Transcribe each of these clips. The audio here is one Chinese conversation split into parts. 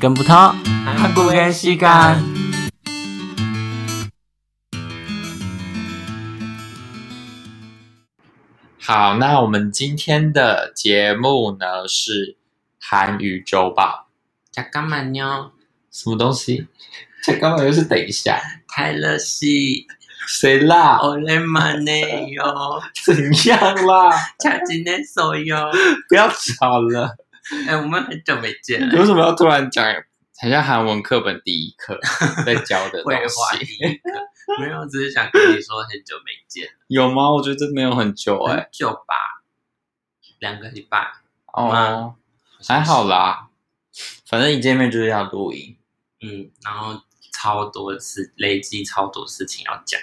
跟不透， 한국의 시간.好，那我们今天的节目呢是韩语周报， 잠깐만요.什么东西？这根本就是等一下， 타일러 씨,谁啦？ 오랜만에요.怎样啦？ 잘 지냈어요?不要吵了，哎，我们很久没见了，为什么要突然讲？很像韩文课本第一课在教 的东废话第西，一个。没有，我只是想跟你说很久没见，有吗？我觉得真没有很久哎、很久吧，两个礼拜。哦，还好啦，反正一见面就是要录音。嗯，然后超多次累积超多事情要讲。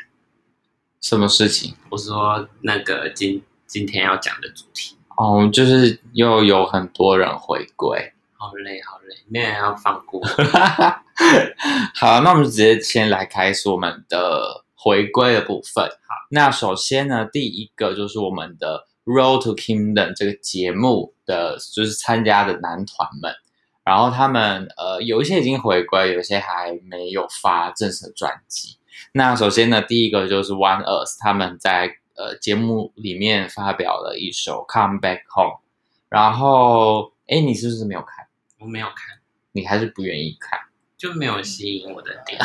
什么事情？我说那个今今天要讲的主题，哦，就是又有很多人回归。好累好累，没有人要放过。 好，那我们直接先来开始我们的回归的部分。好，那首先呢，第一个就是我们的《Road to Kingdom》这个节目的，就是参加的男团们。然后他们呃，有一些已经回归，有一些还没有发正式的专辑。那首先呢，第一个就是 One Earth，他们在呃节目里面发表了一首《Come Back Home》，然后哎，你是不是没有看？我没有看，你还是不愿意看？就没有吸引我的 点。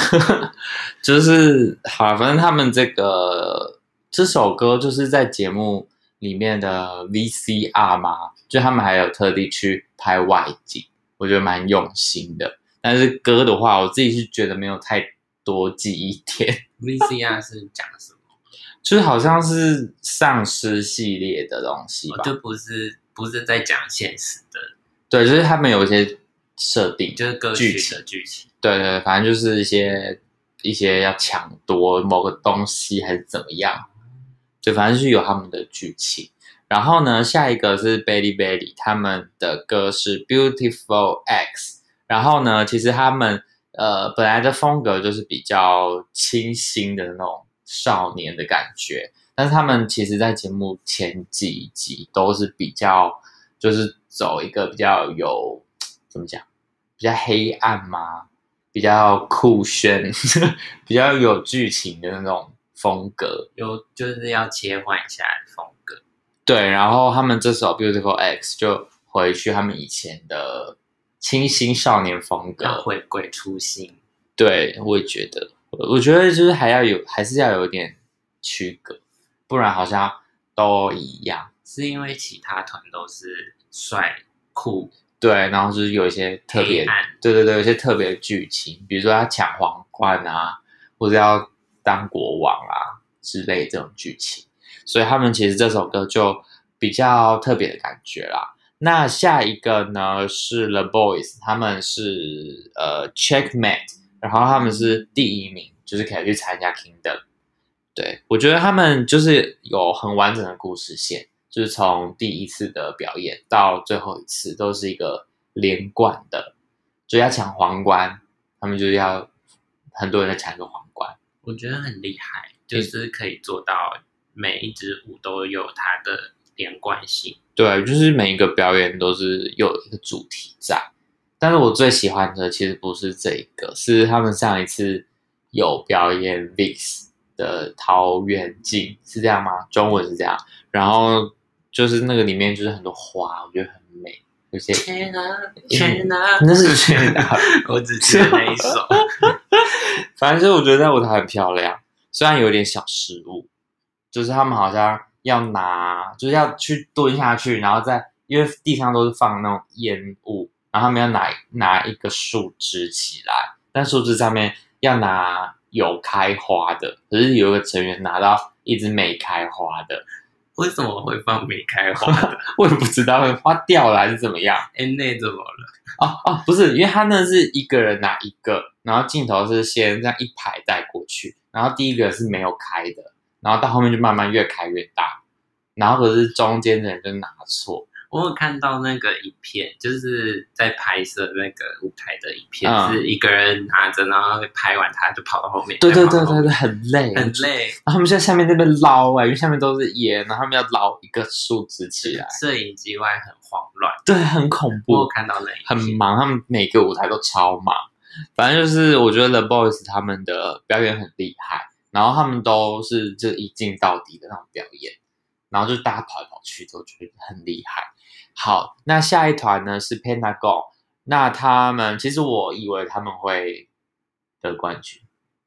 就是好啊啦，反正他们这个这首歌就是在节目里面的 VCR 嘛，就他们还有特地去拍外景，我觉得蛮用心的。但是歌的话，我自己是觉得没有太多记忆点， VCR 是讲什么？就是好像是丧尸系列的东西吧我。哦就不是不是在讲现实的，对，就是他们有一些设定，就是歌曲的剧情。对对对，反正就是一些一些要抢夺某个东西还是怎么样，就反正是有他们的剧情。然后呢，下一个是 Belly Belly，他们的歌是 Beautiful X。然后呢，其实他们呃本来的风格就是比较清新的那种少年的感觉，但是他们其实在节目前几集都是比较就是走一个比较有怎么讲，比较黑暗嘛，比较酷炫、比较有剧情的那种风格。有就是要切换一下风格，对，然后他们这首《Beautiful X》就回去他们以前的清新少年风要格。回归初心。对，我也觉得，我我觉得就是还要有，还是要有点区隔，不然好像都一样。是因为其他团都是帅酷对，然后就是有一些特黑别暗，对对对，有些特别的剧情，比如说他抢皇冠啊，或者要当国王啊之类这种剧情，所以他们其实这首歌就比较特别的感觉啦。那下一个呢是 The Boys，他们是呃 Checkmate，然后他们是第一名，就是可以去参加 Kingdom。对我觉得他们就是有很完整的故事线，就是从第一次的表演到最后一次都是一个连贯的，就要抢皇冠，他们就是要很多人在抢一个皇冠。我觉得很厉害，就是可以做到每一支舞都有它的连贯性。对，就是每一个表演都是有一个主题在，但是我最喜欢的其实不是这一个，是他们上一次有表演 VIX 的《桃源镜》，是这样吗？中文是这样，然后就是那个里面就是很多花，我觉得很美，有些 天啊， 天啊！那是去哪？我只记得那一 首。反正就是我觉得那舞台很漂亮，虽然有点小失误，就是他们好像要拿，就是要去蹲下去，然后再因为地上都是放那种烟雾，然后他们要拿拿一个树枝起来，但树枝上面要拿有开花的，可是有一个成员拿到一只没开花的，为什么会放没开花 的？我也不知道会花掉了还是怎么样。哎，那怎么了？哦哦，不是，因为他那是一个人拿一个，然后镜头是先这样一排带过去，然后第一个是没有开的，然后到后面就慢慢越开越大，然后可是中间的人就拿错，我有看到那个影片，就是在拍摄那个舞台的影片，嗯是一个人拿着，然后拍完他就跑到后面，对对再跑到对后对面对，很累，很。累。然后他们在下面那边捞哎、因为下面都是烟，然后他们要捞一个树枝起来，摄影机外很慌乱，对，很恐我有怖，看到那一很片忙，他们每个舞台都超忙。反正就是我觉得 The Boys 他们的表演很厉害，然后他们都是就一镜到底的那种表演，然后就大家跑来跑去都觉得很厉害。好，那下一团呢是 Pentagon，那他们其实我以为他们会得冠军，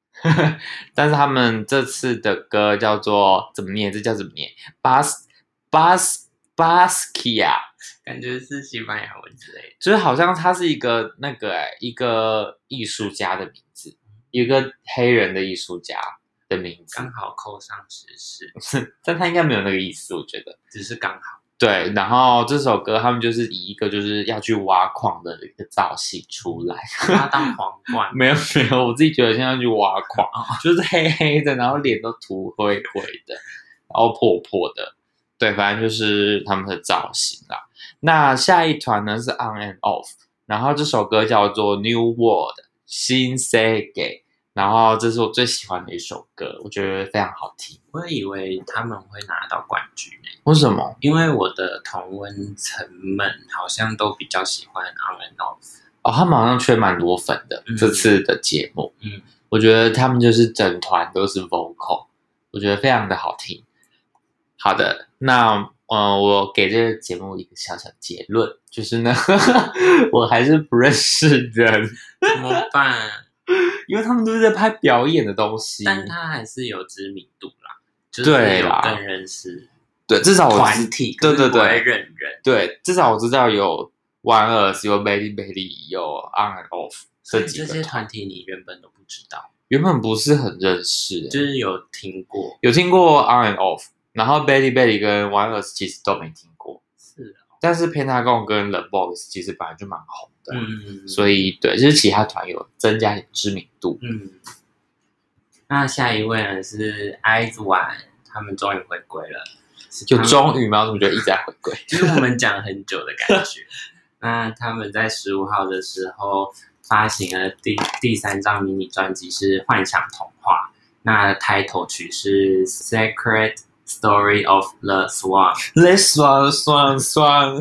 但是他们这次的歌叫做怎么念？这叫怎么念？Bas Bas Baskia。感觉是西班牙文之类的。就是好像他是一个那个、欸、一个艺术家的名字，一个黑人的艺术家的名字，刚好扣上时事，但他应该没有那个意思，我觉得。只是刚 好。对，然后这首歌他们就是以一个就是要去挖矿的一个造型出来，他当皇冠， 没有没有，我自己觉得现在去挖矿， 就是黑黑的，然后脸都涂灰灰的，然后破破的，对，反正就是他们的造型啦。那下一团呢是 On and Off，然后这首歌叫做 New World 新世界，然后这是我最喜欢的一首歌，我觉得非常好听。我以为他们会拿到冠军呢、为什么？因为我的同温层们好像都比较喜欢 On and Off。哦，他们好像缺蛮多粉的、嗯这次的节目。嗯，我觉得他们就是整团都是 vocal，我觉得非常的好听。好的，那呃，我给这个节目一个小小结论，就是呢， 我还是不认识人，怎么办？因为他们都是在拍表演的东西。但他还是有知名度啦，就是嗯对有啦更认识对，至少我团知体，对可是对对不会认人。对，至少我知道有 One Earth，有 Baby Baby，有 On and Off 这几这个些团，团体你原本都不知道，原本不是很认识、欸，就是有听过，有听过 On and Off，然后 Betty Betty 跟 One Us 其实都没听过，是啊，但是 Pentagon 跟 The Boys 其实本来就蛮红的，啊嗯，所以对，就是其他团有增加一点知名度。嗯，那下一位呢是 Ice One，他们终于回归了，是就他们终于嘛，我怎么觉得一直在回 归？就是我们讲很久的感觉。 那他们在十五号的时候发行了第第三张迷你专辑是《幻想童话》，那开头曲是《Sacred Story of the Swan》。来酸酸 酸，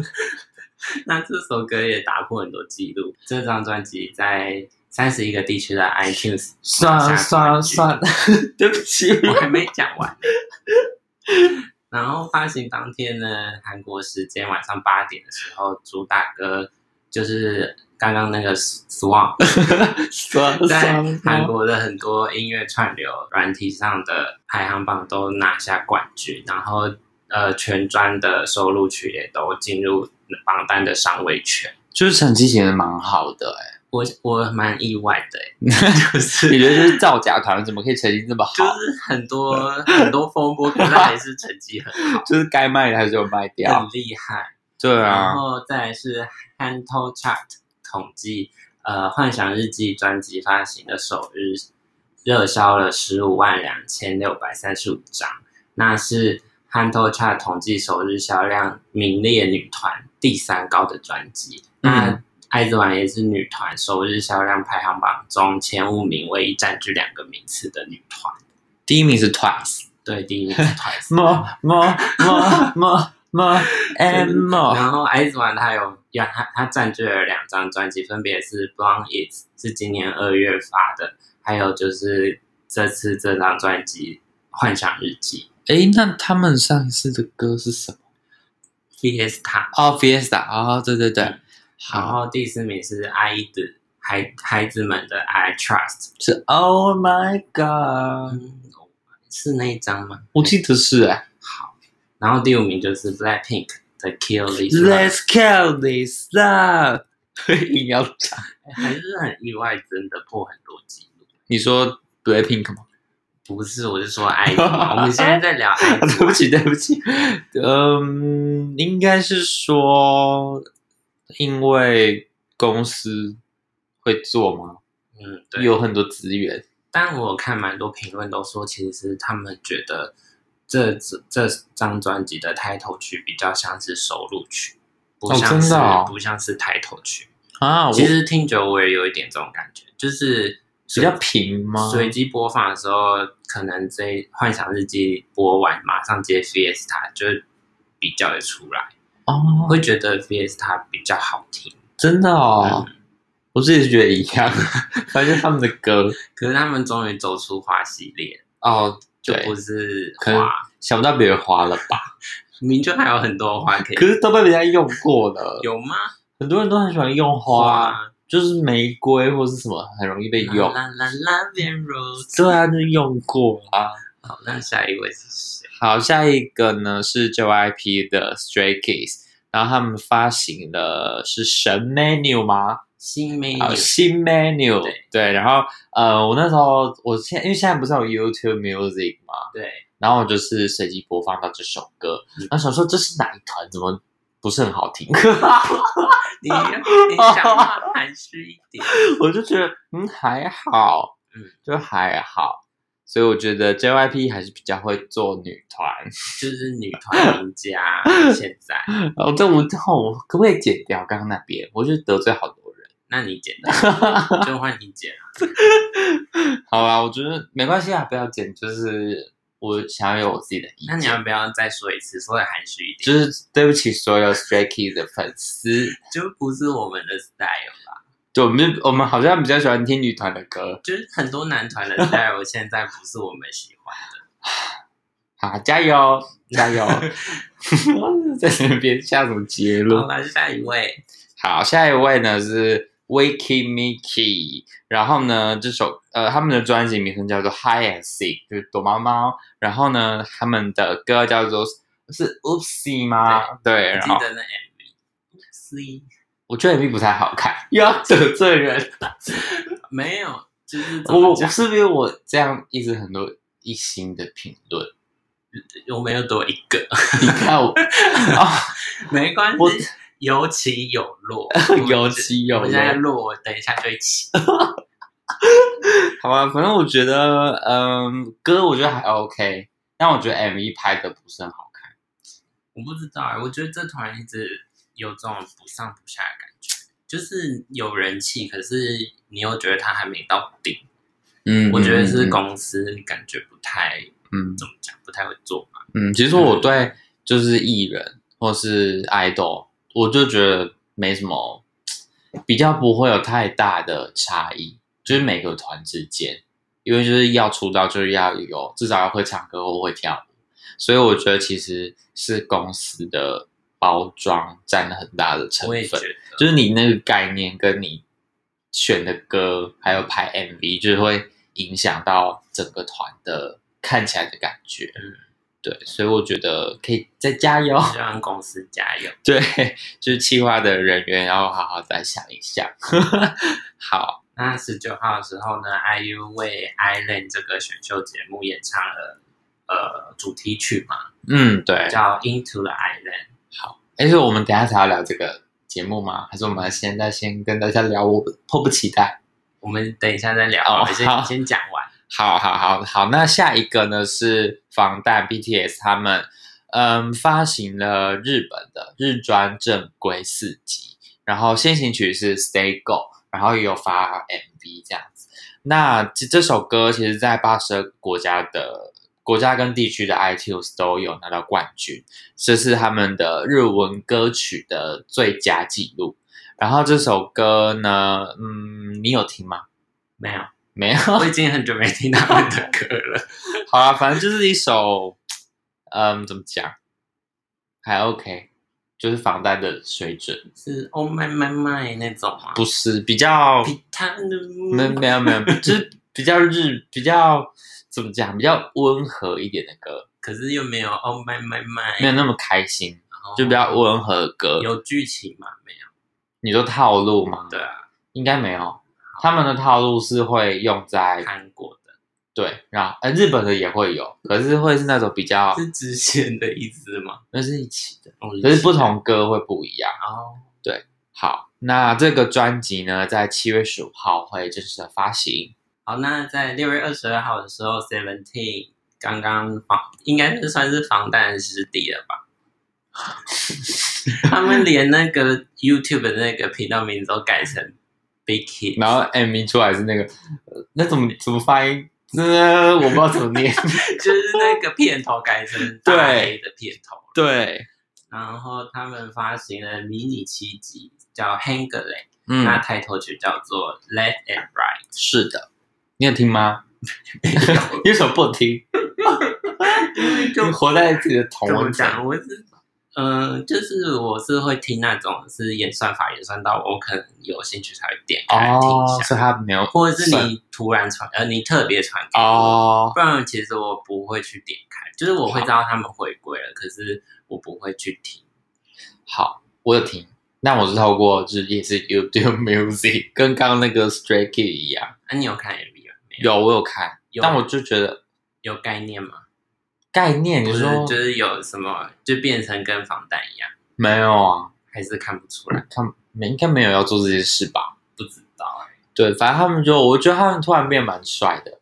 那这首歌也打破很多记录，这张专辑在三十一个地区的 iTunes，酸酸酸，对不起，我还没讲完。然后发行当天呢，韩国时间晚上八点的时候，主打歌就是刚刚那个 Swan 酸在酸韩酸。国的很多音乐串流软体上的排行榜都拿下冠军，然后呃全专的收录曲也都进入榜单的上位圈。就是成绩其实蛮好的哎、我我蛮意外的欸、就是你觉得就是造假团怎么可以成绩这么就好？是很多很多风波，可是还是成绩很 就是该卖的还是有卖掉很，厉害。对然啊，后再来是 Hanto Chart 统计，呃，《幻想日记》专辑发行的首日热销了十五万两千六百三十五张，那是 Hanto Chart 统计首日销量名列女团第三高的专辑。那嗯爱之丸也是女团首日销量排行榜中前五名，唯一占据两个名次的女团。第一名是 Twice。对，第一名是 Twice。 么么么么么 and 么，然后 S One 它有，有它它占据了两张专辑，分别是《Blonde It》是今年二月发的，还有就是这次这张专辑《幻想日记诶，那他们上一次的歌是什么？》 Fiesta。哦，Fiesta，哦，对对对嗯，然好后第四名是 I 的孩孩子们的 I Trust，是 Oh my God，嗯，是那一张吗？我记得是哎好。然后第五名就是 Blackpink 的 Kill This Love， ，Let's kill this love，硬 要唱，还是很意外，真的破很多记录。你说 Blackpink 吗？不是，我是说 I，我 们现在在聊 I 啊， 对不起，对不起，嗯，应该是说，因为公司会做吗？嗯，对，有很多资源，但我有看蛮多评论都说，其实他们觉得这这这张专辑的开头曲比较像是收录曲，不哦像真的是、哦不像是抬头曲。啊，我其实听久我也有一点这种感觉，就是比较平吗？随机播放的时候，可能这《幻想日记》播完马上接 Fiesta 就比较的出来，我哦，会觉得 Fiesta 比较好听。真的哦，我自己觉得一样， 反正他们的歌可是他们终于走出花系列，哦，就对不，是可能花，想不到别人花了吧？明就还有很多花可以可是都被人家用过了，有吗？很多人都很喜欢用花，啊就是玫瑰或是什么，很容易被用。啦啦啦 v e n rose。对啊，就是用过啊。好，那下一位是谁？好，下一个呢是 JYP 的 Stray Kids，然后他们发行的是神 Menu 吗？新美女啊，新 Menu 对对，然后呃，我那时候我现在因为现在不是有 YouTube Music 嘛，对，然后我就是随机播放到这首歌嗯，然后想说这是哪一团，怎么不是很好听？ 你你想法含蓄一点。我就觉得嗯还好，嗯就还好，所以我觉得 JYP 还是比较会做女团。 就是女团名家现在，哦，这我这我可不可以剪掉刚刚那边？我就得罪好多人。 那你剪的就换你剪啊。好啦，我觉得没关系啊，不要剪，就是我想要有我自己的意那你见。要不要再说一次，说的含蓄一点？就是对不起所有 Stray Kids 的粉丝，就不是我们的 style 啦，就我们我们好像比较喜欢听女团的歌就是很多男团的 style 现在不是我们喜欢的。啊，加油加油！ 在那边下什么结好论？啦，下一位，好，下一位呢是 Wiki Miki，然后呢，这首呃他们的专辑名称叫做 High and Seek，就是躲猫猫。然后呢，他们的歌叫做是 Oopsie 吗？对，啊我然记后得那 MV。C 我觉得 MV 不太好看，又要得罪人。没有，就是怎我么我讲？是不是我这样一直很多一星的评论？我没有多一个，你看我啊， 没关我，系，有起有落 有其有我人现在落，我等一下就会起。好吧，反正我觉得，嗯，歌我觉得还 OK，但我觉得 MV 拍的不是很好看。我不知道欸，我觉得这团一直有这种不上不下的感觉，就是有人气，可是你又觉得他还没到顶。嗯我觉得是公司感觉不太嗯怎么讲，不太会做吧。嗯，其实我对就是艺人或是 idol，我就觉得没什么，比较不会有太大的差异，就是每个团之间，因为就是要出道就是要有至少要会唱歌或会跳舞，所以我觉得其实是公司的包装占了很大的成我也觉分，得，就是你那个概念跟你选的歌还有拍 MV，就是会影响到整个团的看起来的感觉。嗯对，所以我觉得可以再加油。 就让公司加油。对，就是企划的人员要好好再想一想。 好，那十九号的时候呢，IU 为 Island 这个选秀节目演唱了呃主题曲嘛，嗯，对。叫 Into the Island。哎，是我们等一下才要聊这个节目吗？还是我们现在先跟大家聊？我迫不及待。我们等一下再聊，哦我先好先讲完。好好好好，那下一个呢是防弹 BTS 他们，嗯，发行了日本的日专正规四辑，然后先行曲是 Stay Go，然后也有发 MV 这样子。那这这首歌其实在八十二个国家的国家跟地区的 iTunes 都有拿到冠军，这是他们的日文歌曲的最佳纪录。然后这首歌呢，嗯，你有听吗？没有，没有。我已经很久没听他们的歌了。好啦，反正就是一首，嗯，怎么讲，还 OK，就是防弹的水准，是 Oh my my my 那种吗？不是比较，比他的没没有没有，就是比较日，比较怎么讲，比较温和一点的歌，可是又没有 Oh my my 没 my，有那么开心，然后就比较温和的歌。有剧情嘛？没有，你说套路吗？对啊，应该没有，他们的套路是会用在韩国的对，然后呃日本的也会有，可是会是那种比较，是支线的意思吗？那是一起的，哦可是不。同歌会不一样。哦，好，那这个专辑呢，在七月十五号会正式的发行。好，那在六月二十二号的时候，Seventeen 刚刚防应该是算是防弹师弟了吧？他们连那个 YouTube 的那个频道名字都改成 Big Hit，然后 MV 出来是那个，呃那怎么怎么发音？呃，我不知道怎么 念。就是那个片头改成大黑的片头。对，然后他们发行了迷你七辑，叫 Hangerley，、那嗯，抬头曲叫做 Left and Right。是的。你有 听吗？有 你为什么不听？你活在自己的同怎么温层。哦讲？我是，嗯、就是我是会听那种是演算法演算到我可能有兴趣才会点开来听哦一，下，所以他没有或者是你突然传，呃，你特别传给我，哦，不然其实我不会去点开，就是我会知道他们回归了，可是我不会去听。好，我有听。那我是透过就是也是 YouTube Music，跟刚刚那个 Stray Kid 一样，啊，你有看 MV 吗？没有，有我有看，有但我就觉得有概念吗？概念，你就是说就是有什么就变成跟防弹一样，没有啊？还是看不出来？他们应该没有要做这件事吧？不知道哎、对，反正他们就我觉得他们突然变蛮帅的，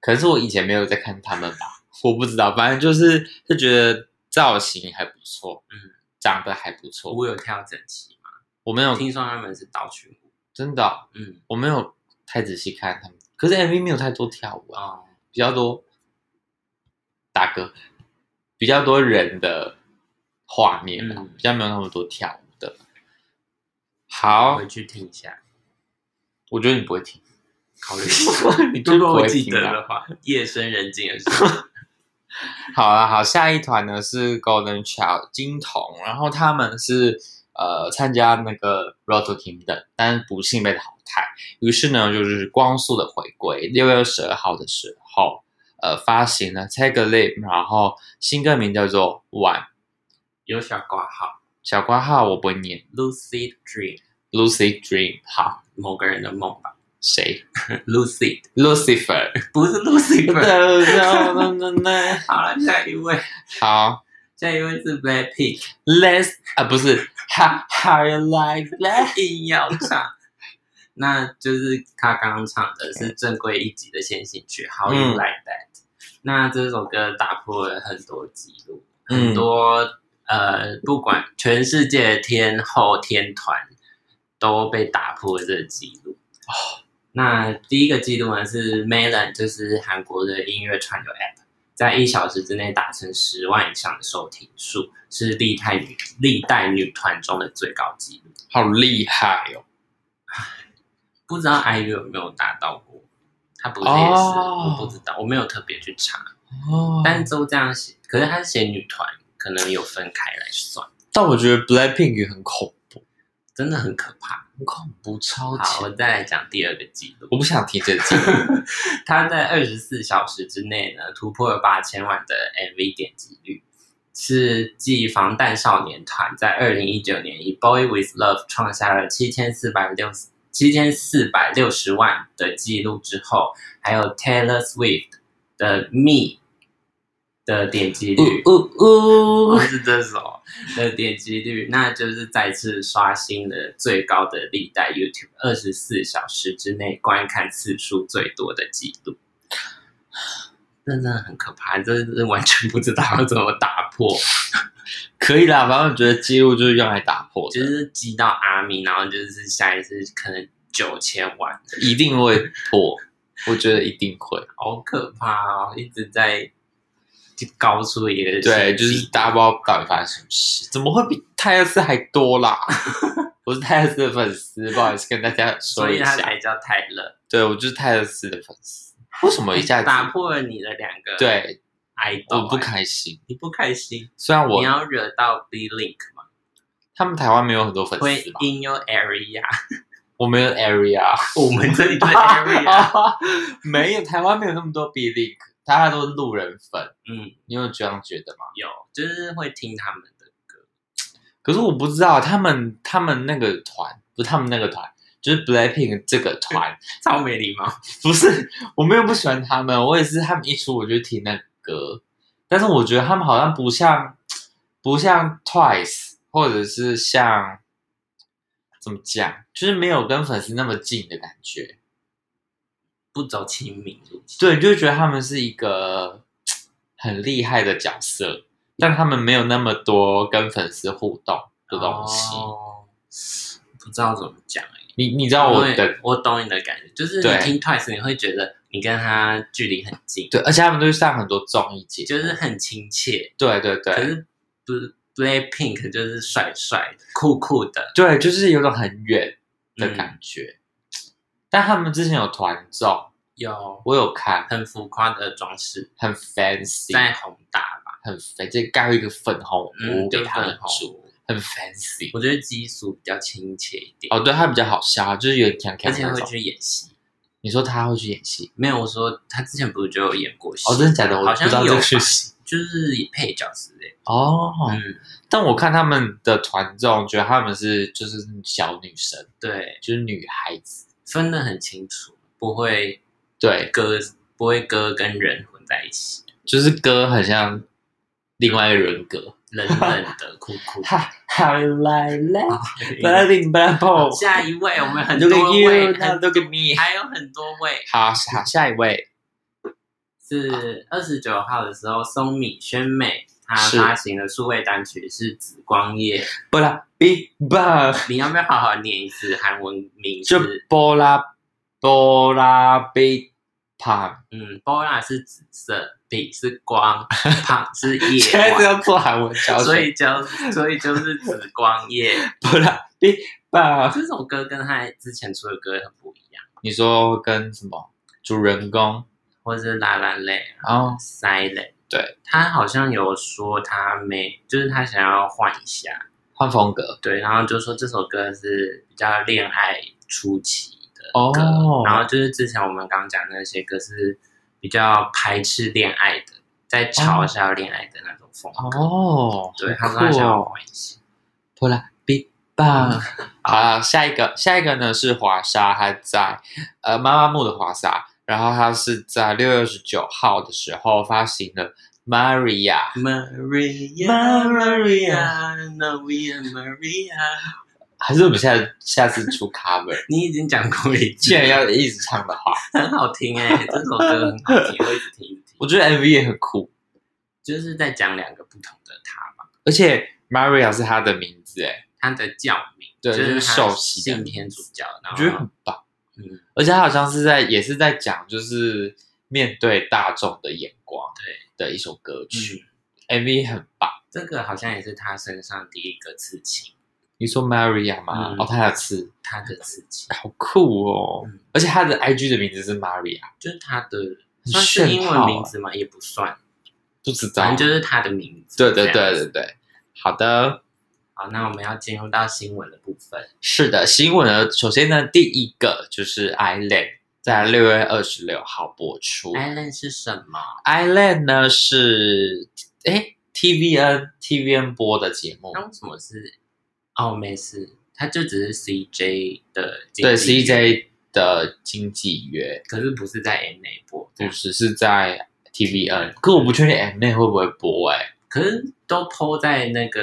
可是我以前没有在看他们吧，我不知道，反正就是就觉得造型还不错，嗯，长得还不错，舞有跳整齐吗？我没有听说他们是倒群舞，真的哦嗯，我没有太仔细看他们，可是 MV 没有太多跳舞啊。哦，比较多打嗝，比较多人的画面吧，嗯比较没有那么多跳舞的。我好回，去听一下，我觉得你不 会听，考虑一下。你就如不果我会记听得啊。的话， 夜深人静的时候，好了，好，下一团呢是 Golden Child 金童，然后他们是呃参加那个 Road to Kingdom，但是不幸被淘汰，于是呢就是光速的回归，六月十二号的时候，呃发行了 Take a Leap，然后新歌名叫做 One。有小挂号小挂号我不会念 Lucid Dream， ，Lucy Dream 好某个人的梦吧谁，Lucid ？Lucifer。不是 Lucid。好了，下一位， 好下一位是 Blackpink， ，Let's 啊不是，How How you like that？ 硬要唱。那就是他刚刚唱的是正规一集的先行曲《How You 嗯 Like That》。那这首歌打破了很多记录，嗯很多呃，不管全世界的天后天团都被打破这个记录。哦那第一个记录呢是 Melon，就是韩国的音乐串流 App，在一小时之内达成十万以上的收听数，是历代女历代女团中的最高纪录。好厉害哦！不知道 IU 有没有达到过？他不是也是哦我不知道，我没有特别去查。哦但但都这样写，可是他写女团，可能有分开来算，但我觉得 Blackpink 很恐怖，真的很可怕。很恐怖，超好，我级。再来讲第二个记录。我不想提 这集。呃他在二十四小时之内呢，突破了八千万的 MV 点击率，是继防弹少年团在二零一九年以《Boy with Love》创下了七千四百六十七千四百六十万的记录之后，还有 Taylor Swift 的《Me》的点击率。嗯呜 不哦是这首的点击率，那就是再次刷新了最高的历代 YouTube 二十四小时之内观看次数最多的记录。真的很可怕，这是完全不知道要怎么打破，可以啦，反正我觉得记录就是用来打破就的，是击到阿米，然后就是下一次可能九千万，一定会破，我觉得一定会。好可怕哦！一直在就高出一个对，新就纪是大家不知道到底发生什么事，怎么会比泰勒斯还多 啦？我是泰勒斯的粉丝，不好意思跟大家说所以一他下。才叫泰勒，对，我就是泰勒斯的粉丝。为什么一下打子？破了你的两个对， idol，我不哎开心。你不开心，虽然我你要惹到 B Link 吗？他们台湾没有很多粉会丝吧， in your area，我没有 Area，我们这 里的 area， 没有台湾没有那么多 B Link，大家都是路人粉。嗯，你有这样觉得吗？有，就是会听他们的歌，可是我不知道他们他们那个团不是他们那个团，就是 Blackpink 这个团，超没礼貌。不是，我没有不喜欢他们，我也是他们一出我就听那个歌，但是我觉得他们好像不像不像 Twice，或者是像怎么讲，就是没有跟粉丝那么近的感觉。不走亲民路线，对，就觉得他们是一个很厉害的角色，但他们没有那么多跟粉丝互动的东西。哦不知道怎么讲哎、你你知道我的我懂你的感觉，就是对你听 Twice 你会觉得你跟他距离很近，对，而且他们都是上很多综艺节目，就是很亲切。对对对，可是不 Blackpink 就是帅帅的、酷酷的对，就是有种很远嗯的感觉。但他们之前有团综，有我有看，很浮夸的装饰，很 fancy，在宏大吧，很 fancy，就盖一个粉红屋嗯，给就他很们住，红。很 fancy。我觉得基础比较亲切一点，哦，对他比较好笑，就是有点强而强且那会种。去演戏。你说他会去演戏？没有，我说他之前不是就有演过戏？哦，真的假的？我好不像知道这有个吧，事情。就是配角之类的。哦，嗯，但我看他们的团综，觉得他们是就是小女生，对，就是女孩子。分得很清楚，不会对，歌不会歌跟人混在一起，就是歌很像另外一个人格。冷冷的、酷酷 的。哈，好来来。巴林巴好布，下一位，我们很 Look 多 at 位 you, 很 now look at me。还有很多位好，好，下一位是二十九号的时候，松米宣美她是发行的数位单曲是《紫光夜》，波拉 Big Bang，你要不要好好念一次韩文名就字？波拉波拉 Big Bang，嗯，Bola 是紫色，B 是光，Pang 是夜现在是晚，要做韩文教所学。以就所以就是紫光 夜。波拉 Big Bang，这首歌跟他之前出的歌很不一样，你说跟什么主人公？或者是拉拉泪然后 Silent，对他好像有说他没，就是他想要换一下，换风格对，然后就说这首歌是比较恋爱初期的哦歌，然后就是之前我们刚讲那些歌是比较排斥恋爱的，在嘲笑恋爱的那种风格，哦，对，他好说他酷想要哦。换一下，波拉 Big Bang。好了，下一个，下一个呢是华沙，他在呃妈妈木的华沙，然后他是在六月二十九号的时候发行了 Maria， Maria Maria No We are Maria，还是我们下下次出 cover，你已经讲过一既句， 然要一直唱的话，很好听哎、这首歌很好听，我一直听一直听，我觉得 MV 也很酷，就是在讲两个不同的他吧，而且 Maria 是他的名字，哎，他的教名对就就是是他受洗的信天主教，然后我觉得很棒，嗯而且他好像是在也是在讲就是面对大众的眼光，对的一首歌曲、嗯， m v 很棒。这个好像也是他身上第一个刺青，你说 Maria 吗？嗯哦，他的词他的刺青好酷哦。嗯而且他的 IG 的名字是 Maria，就是他的很算是英炫炮文啊名字吗？也不算，不知道。反正就是他的名字。对对这样对子对。对，好的，好，那我们要进入到新闻的部分，是的。新闻呢，首先呢，第一个就是 Island，在六月二十六号播出。 i l a n 是什么？ Island 呢是诶 TVN TVN 播的节目，那为什么是？哦，没事，他就只是 CJ 的经纪对人 CJ 的经纪约，可是不是在 N 内播，不是是在 TVN，可我不确定 M 内会不会播哎、可是都 PO 在那个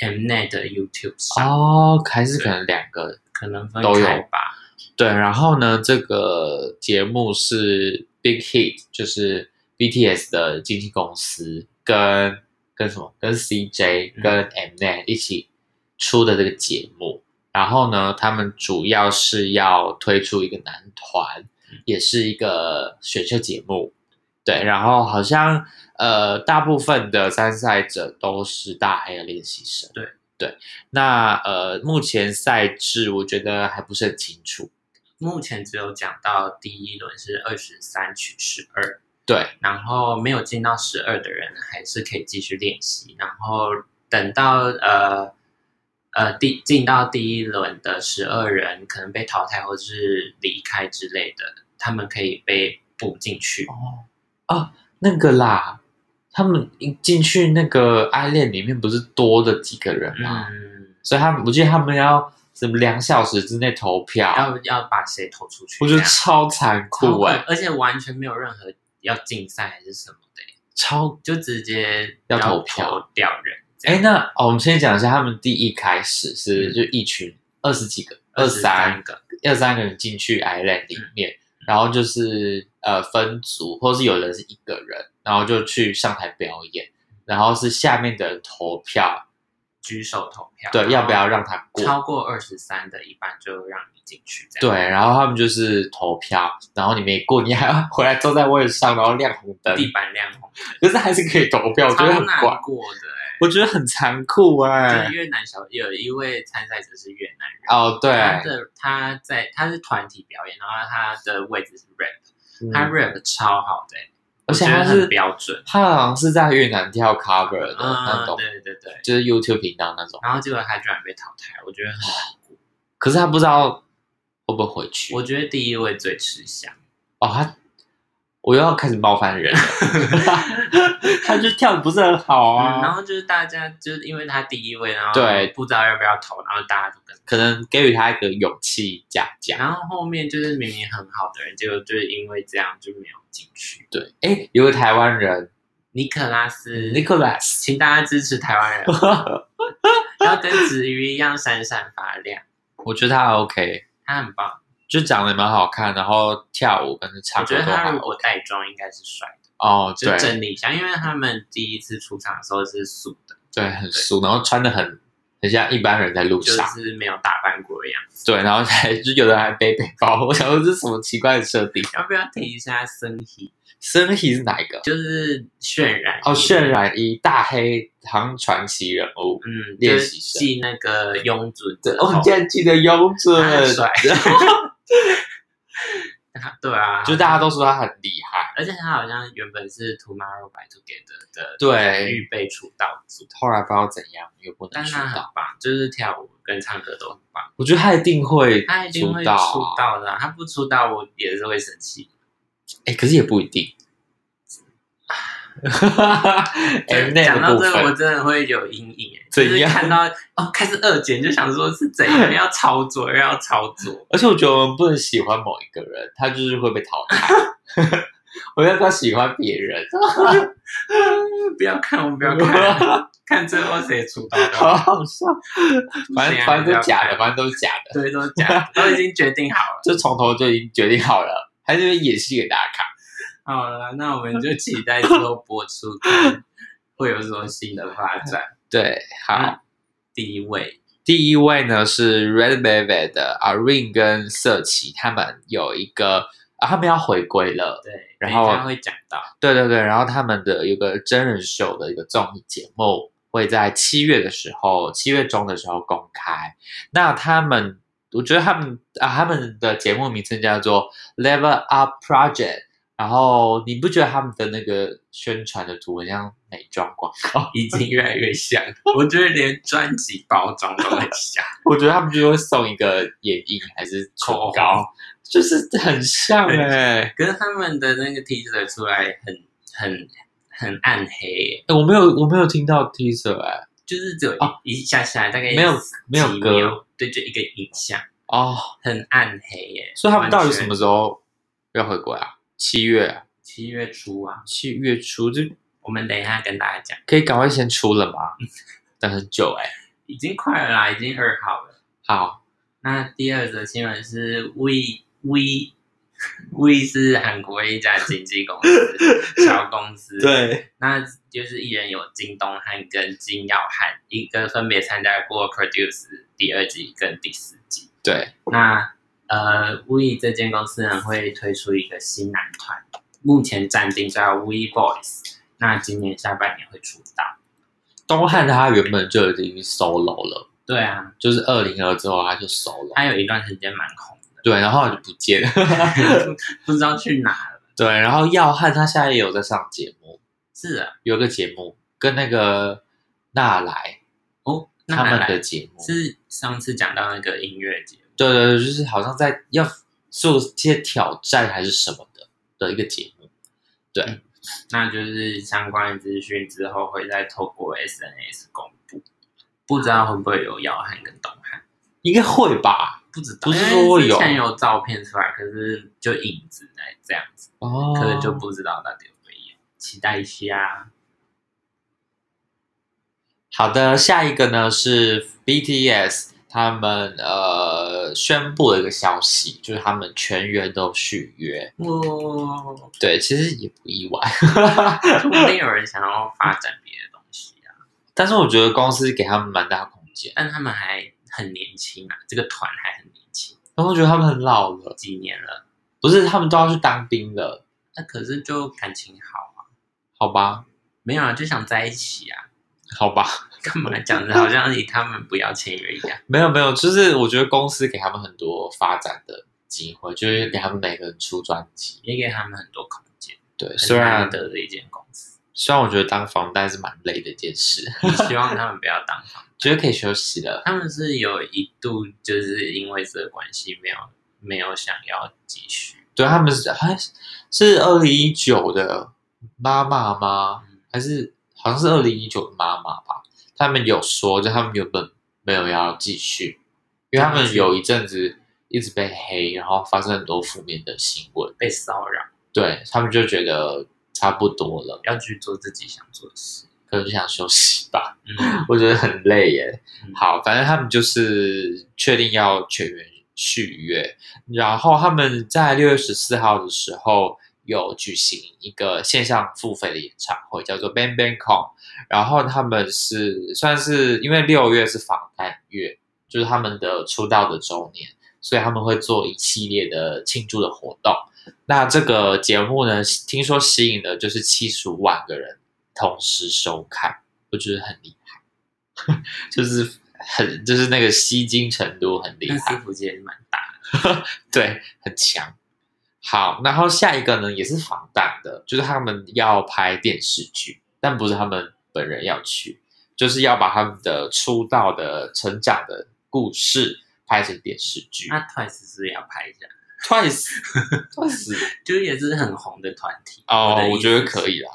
M 内的 YouTube 上，哦，还是可能两个可能分都有开吧。对，然后呢，这个节目是 Big Hit，就是 BTS 的经纪公司跟跟什么跟 CJ 嗯跟 Mnet 一起出的这个节目。然后呢，他们主要是要推出一个男团，也是一个选秀节目。对，然后好像呃，大部分的参赛者都是大黑的练习生。对对，那呃，目前赛制我觉得还不是很清楚。目前只有讲到第一轮是二十三取十二，对，然后没有进到十二的人还是可以继续练习，然后等到呃呃第进到第一轮的十二人可能被淘汰或是离开之类的，他们可以被补进去。哦啊，那个啦，他们一进去那个爱恋里面不是多的几个人吗？嗯，所以他们我记得他们要什么两小时之内投票，要要把谁投出去？哦我觉得超残酷哎、而且完全没有任何要竞赛还是什么的，超就直接要投投票掉人。哎、那哦，我们先讲一下他们第一开始是、嗯就一群二十几个、二二三三个，二三个人进去 island 嗯里面，然后就是呃分组，或是有人是一个人，然后就去上台表演。然后是下面的人投票，举手投票，对，要不要让他过？超过二十三的一半就让你进去，这对，样然后他们就是投票，然后你没过，你还要 回来坐在位置上，然后亮红灯，地板亮红，可是还是可以投票，呃我觉超得很怪难，欸过的我觉得很残酷哎、哎、就是越南小有一位参赛者是越南人，哦，对，他的他在他是团体表演，然后他的位置是 rap，、他嗯 rap 超好的、哎而且我觉他得是很标准，他好像是在越南跳 cover 的那嗯，种，对对对，就是 YouTube 频道那种。然后结果他居然被淘汰，我觉得很难过，可是他不知道会不会回去。我觉得第一位最吃香，哦，他我又要开始冒犯人了， 他就跳的不是很好嗯，然啊。后就是大家就是因为他第一位，然后对不知道要不要投，然后大家都跟。可能给予他一个勇气嘉奖。然后后面就是明明很好的人，结果就是因为这样就没有进去。对，哎，有个台湾人尼可拉斯， Nicholas， 请大家支持台湾人，要跟子瑜一样闪闪发亮，我觉得他 OK，他很棒。就长得蛮好看，然后跳舞跟我唱觉歌得都他如好。果带妆应该是帅的，哦，就对是整理一下，因为他们第一次出场的时候是素的，对，很素，然后穿的很很像一般人在路就上。是没有打扮过的样子。对，然后还就有的还背背包，我想说这是什么奇怪的设定？要不要提一下森体？身体是哪一个？就是渲染哦，渲渲，染一大黑唐传奇人物。嗯，就练是习生系那个庸准对哦的，头，我竟然记得优准他很，帅 他对啊，就大家都说他很厉害。而且他好像原本是 Tomorrow by Together 的对，预备出道组，后来不知道怎样又不能但是出他很道，棒，就是跳舞跟唱歌都很棒。我觉得他一定会他一定出会出道啊。道的啊、他不出道我也是会生气。哎，可是也不一 定。哎，那讲个到部这个，我分，真的会有阴影、欸，怎就是样看到哦开始二剪就想说是怎样要操作又要操 作，而且我觉得我们不能喜欢某一个人，他就是会被淘汰。 我要不要喜欢 别人？不要看我不要 看，看最后谁出道的好好，好笑，反谁正啊反正都假的，不要看反正都是假的，对，都讲 都已经决定好了。就从头就已经决定好了，还是演戏给大家看。好了，那我们就期待之后播出看会有什么新的发展。对，好，嗯第一位，第一位呢是 Red Velvet 的 Irene 跟瑟琪，他们有一个啊，他们要回归了，对，然后等一下会讲到，对对对，然后他们的有个真人秀的一个综艺节目会在七月的时候，七月中的时候公开。那他们，我觉得他们啊，他们的节目名称叫做 Level Up Project。然后你不觉得他们的那个宣传的图很像美妆广告？已经越来越像， 我觉得连专辑包装都很像。我觉得他们就会送一个眼影还是唇口红膏，就是很像很哎、可是他们的那个 teaser 出来很很很暗黑耶，欸我没有我没有听到 teaser 哎、就是只有一,、哦一下下，大概没有几没有歌秒，对，就一个影像，哦，很暗黑耶。所以他们到底什完么全时候要回归啊？七月啊七月初啊？七月初就我们等一下跟大家讲，可以赶快先出了吗？等很久哎、已经快了啦，已经二号了。好，那第二则新闻是 We We We 是韩国一家经纪公 司小公司，，对，那就是艺人有金东汉跟金耀汉，一个分别参加过 Produce 第二季跟第四季。对，那呃，We 这间公司呢会推出一个新男团，目前暂定叫 We Boys，那今年下半年会出道。东汉他原本就已经 solo 了，对啊，就是二零二之后他就 solo，他有一段时间蛮红 对，然后就不见了， 的，不知道去哪了。对，然后耀汉他现在也有在上节目，是啊，有一个节目跟那个纳来哦，那他还们来的节目，是上次讲到那个音乐节目，对对对，就是好像在要做一些挑战还是什么的的一个节目，对，嗯那就是相关的资讯之后会再透过 SNS 公布，不知道会不会有姚汉跟东汉，应该会吧？不知道，不是因为说会有之前有照片出来，可是就影子来这样子，哦可能就不知道到底有没有，期待一下。好的。下一个呢是 BTS，他们呃宣布了一个消息，就是他们全员都续约。哦，对，其实也不意外。说不定有人想要发展别的东啊但是我觉得公司给他们蛮大空间，但他们还很年轻啊，这个团还很年轻，但我觉得他们很老了，几年了，不是他们都要去当兵了，那可是就感情好啊，好吧，没有啊，就想在一起啊，好吧，干嘛讲的好像你他们不要签约一样？没有没有，就是我觉得公司给他们很多发展的机会，就是给他们每个人出专辑。也给他们很多空间，对， 虽很难然得的一间公 司。虽然我觉得当房贷是蛮累的一件事， 希望他们不要当房，觉得可以休息了。他们是有一度就是因为这个关系没有没有想要继续，对他们是还是二零一九的妈妈吗？还是好像是二零一九的妈妈吧？他们有说，就他们原本没有要继续，因为他们有一阵子一直被黑，然后发生很多负面的新闻，被骚扰，对他们就觉得差不多了，要去做自己想做的事。可能就想休息吧。 嗯，我觉得很累耶嗯。好，反正他们就是确定要全员续约，然后他们在六月十四号的时候有举行一个线上付费的演唱会，叫做 Bang Bang Con。然后他们是算是因为六月是防弹月，就是他们的出道的周年，所以他们会做一系列的庆祝的活动。那这个节目呢，听说吸引了就是七十五万个人同时收看，我觉得很厉害， 就是很就是那个吸睛程度很厉但害是，福姐也蛮大的，对，很强。好，然后下一个呢也是防弹的，就是他们要拍电视剧，但不是他们本人要去，就是要把他们的出道的成长的故事拍成电视剧。那 Twice 是不是也要拍一下？ Twice，Twice 就是也是很红的团体哦，的我意觉得思可是以啦。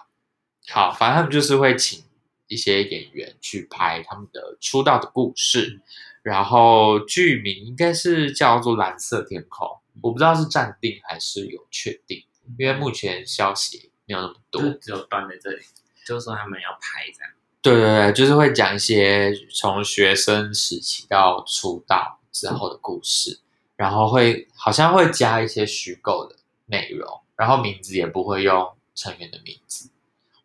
好，反正他们就是会请一些演员去拍他们的出道的故嗯事，然后剧名应该是叫做《蓝色天空》，嗯我不知道是暂定还是有确定，因为目前消息没有那么多。就只有断在这里，就是说他们要拍这样。对对对，就是会讲一些从学生时期到出道之后的故事，然后会好像会加一些虚构的内容，然后名字也不会用成员的名字，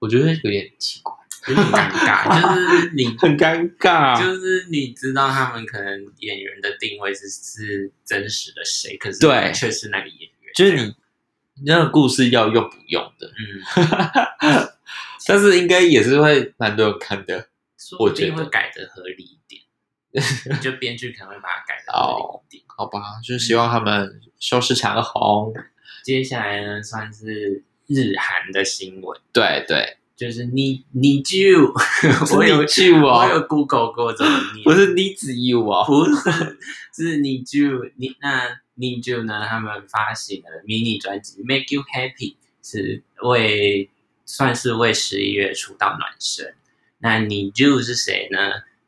我觉得有点奇怪，有点尴 尬，就是你很尴尬。啊就是你知道他们可能演员的定位是是真实的谁，可是对却是那个演员，就是你那个故事要用不用的，嗯，但是应该也是会蛮多人看的说我不定觉得会改的合理一点，就编剧可能会把它改的合哦理一点。好吧？就是希望他们收视长虹。接下来呢，算是日韩的新闻，对对，就是你你就 我有是你剧我哦，有 Google 过怎么念，不是你子义哦。不是， 是你就你那你就呢？他们发行了迷你专辑《Make You Happy》，是为算是为十一月出道暖身。那你就是谁呢？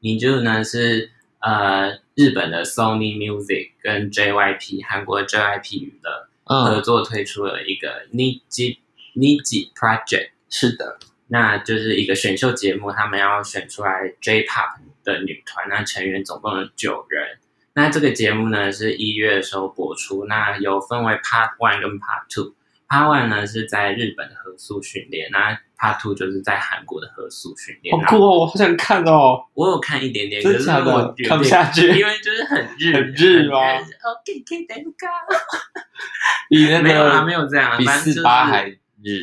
你就呢是呃日本的 Sony Music 跟 JYP 韩国 JYP 娱乐合嗯，作推出了一个 Niji Niji Project，是的。那就是一个选秀节目，他们要选出来 J-Pop 的女团，那成员总共有九人。那这个节目呢是一月的时候播出，那有分为 Part One 跟 Part Two。Part One 呢是在日本的合宿训练，那 Part Two 就是在韩国的合宿训练。好酷哦，我好想看哦，我有看一点点，真可的是假我的觉？得看不下去因，为就是很日很日吗 ？OK，可以等一下。 比那没有啊，没个有这样，比反正四八就是还日，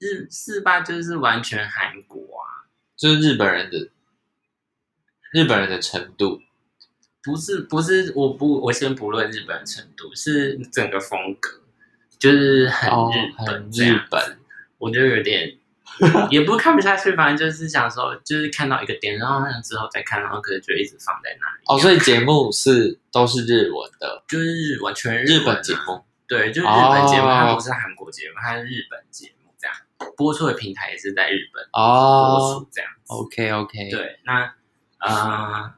日四八就是完全韩国啊，就是日本人的日本人的程度，不是不是，我不我先不论日本程度，是整个风格，就是很哦日本很这样日本，我就有点也不是看不下去，反正就是想说，就是看到一个点，然后之后再看，然后可能就一直放在那里。哦，所以节目是都是日文的就是完全日文本啊节目，对，就是日本节目，哦它不是韩国节目，它是日本节目这样，播出的平台也是在日本播哦出这样子。 ，OK OK，对，那呃，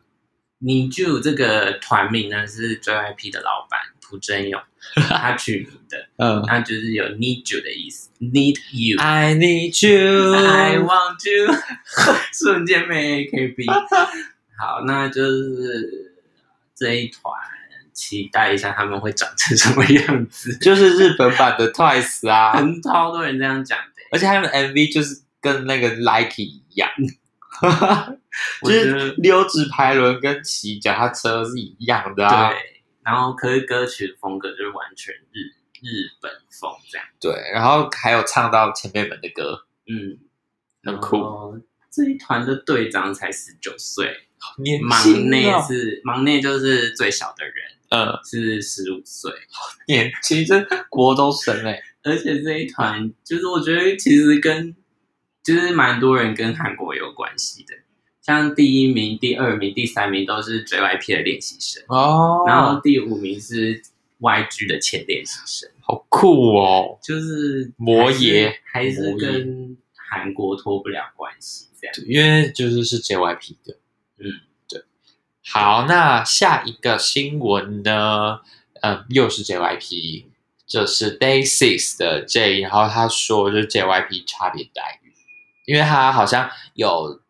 你就这个团名呢是 JYP 的老板朴真 勇他取名的，嗯那就是有 need you 的意思，need you。 ，I need you， I want you，瞬间被 AKB。好，那就是这一团，期待一下他们会长成什么样 子。 就是日本版的 Twice 啊，很超多人这样讲的，而且他们 MV 就是跟那个 Likey 一样，我就觉是得溜直排轮跟骑脚踏车是一样的啊。对，然后可是歌曲的风格就是完全日日本风这样，对然后还有唱到前辈们的歌，哦嗯，很酷。这一团的队长才十九岁，年忙轻内哦，是忙内就是最小的人，嗯，是十五岁。年轻，这国中生哎，而且这一团就是我觉得其实跟就是蛮多人跟韩国有关系的，像第一名、第二名、第三名都是 JYP 的练习生，哦，然后第五名是 YG 的前练习生，好酷哦，就是摩耶还是还是摩耶跟韩国脱不了关系这样。对因为就是是 JYP 的，嗯，对。好，那下一个新闻呢？嗯，又是 JYP，这是 Day Six 的 J，然后他说就是 JYP 差别待遇，因为他好像有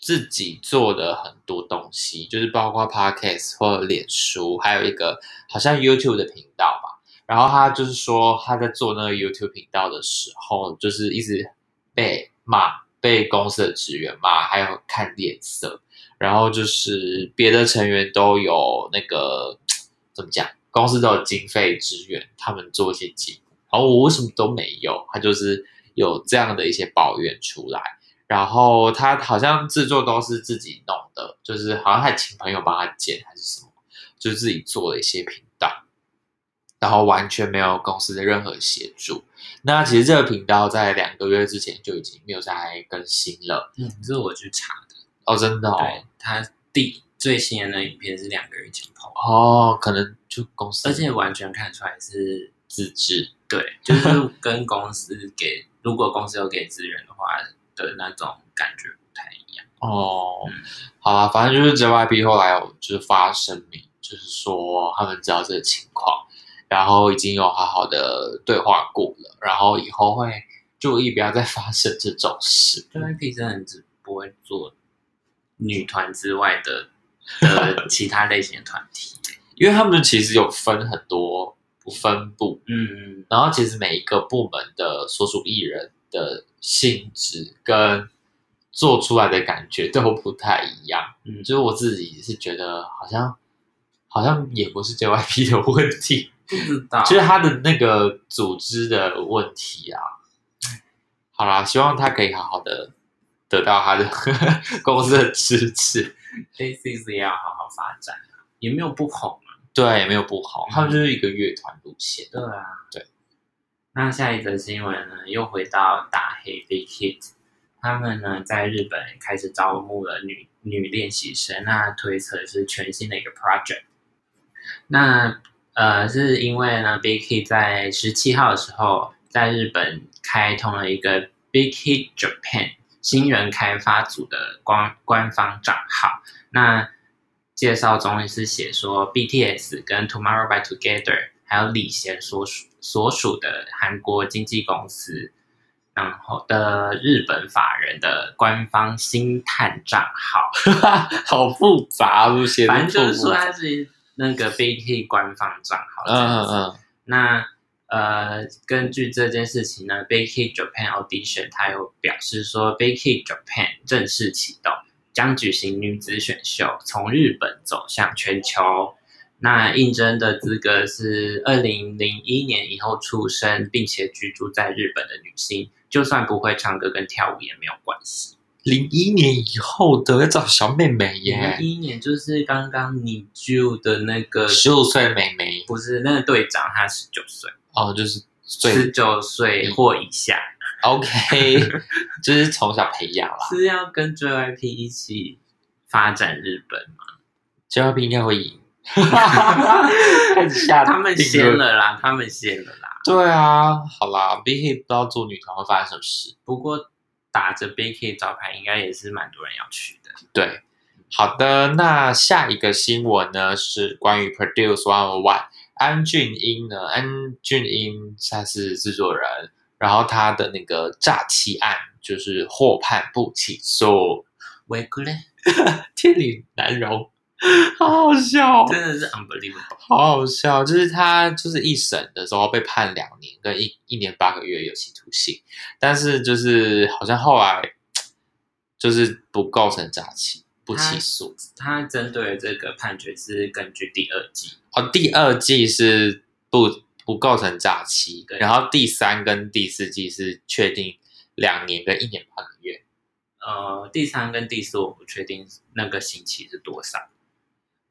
自己做的很多东西，就是包括 Podcast 或者脸书，还有一个好像 YouTube 的频道吧。然后他就是说他在做那个 YouTube 频道的时候，就是一直被骂，被公司的职员骂，还有看脸色。然后就是别的成员都有那个怎么讲，公司都有经费支援他们做一些节目，然后我为什么都没有？他就是有这样的一些抱怨出来。然后他好像制作都是自己弄的，就是好像还请朋友帮他剪还是什么，就自己做了一些频道，然后完全没有公司的任何协助。那其实这个频道在两个月之前就已经没有再更新了。嗯，这是我去查的，哦，真的哦，对，他第最新的那影片是两个月前拍，哦，可能就公司而且完全看出来是自制，对，就是跟公司给，如果公司有给资源的话的那种感觉不太一样。哦嗯，好啦，反正就是 JYP 后来有就是发声明，就是说他们知道这个情况，然后已经有好好的对话过了，然后以后会注意不要再发生这种事。因为 P 真的只不会做女团之外的的其他类型的团体。因为他们其实有分很多分部，嗯，然后其实每一个部门的所属艺人的性质跟做出来的感觉都不太一样。嗯就是我自己是觉得好像好像也不是 JYP 的问题，不知道。就是他的那个组织的问题啊。好啦，希望他可以好好的得到他的 公司的支持。 J C C 要好好发展啊，也没有不红啊。对，没有不好，他们就是一个乐团路线。 对啊，对。那下一则新闻呢，又回到大黑 Big Hit，他们呢在日本开始招募了女女练习生，那推测是全新的一个 project。那呃，是因为呢，Big Hit 在十七号的时候在日本开通了一个 Big Hit Japan 新人开发组的官官方账号。那介绍中是写说 BTS 跟 Tomorrow by Together，还有李贤所属所属的韩国经纪公司，然后的日本法人的官方星探账号，好复杂，路线反正就是说它是那个 Big Hit 官方账号这嗯样嗯子。嗯，那呃，根据这件事情呢，Big Hit Japan Audition 它有表示说，Big Hit Japan 正式启动，将举行女子选秀，从日本走向全球。那应征的资格是二零零一年以后出生并且居住在日本的女性，就算不会唱歌跟跳舞也没有关系。零一年以后的要找小妹妹零耶，一年就是刚刚你就的那个，十五岁妹妹不是那个队长，他十九岁，哦，就是最十九岁或以下。 OK，就是从小培养啦。是要跟 JYP 一起发展日本吗？ JYP 应该 会赢， 开始 下他们定论先。了啦，他们先了啦。对啊，好啦，B K 不知道做女团会发生什么事。不过打着 b k 招牌，应该也是蛮多人要去的。对，好的，那下一个新闻呢是关于 Produce One One 安俊英呢，安俊英他是制作人，然后他的那个诈欺案就是获判不起诉，维古嘞，天理难容， 好好笑哦、真的是 unbelievable。好好笑，就是他就是一审的时候被判两年跟一一年八个月有期徒刑，但是就是好像后来就是不构成诈欺，不起诉。他针对这个判决是根据第二季，哦，第二季是不不构成诈欺，对然后第三跟第四季是确定两年跟一年八个月。呃，第三跟第四我不确定那个刑期是多少，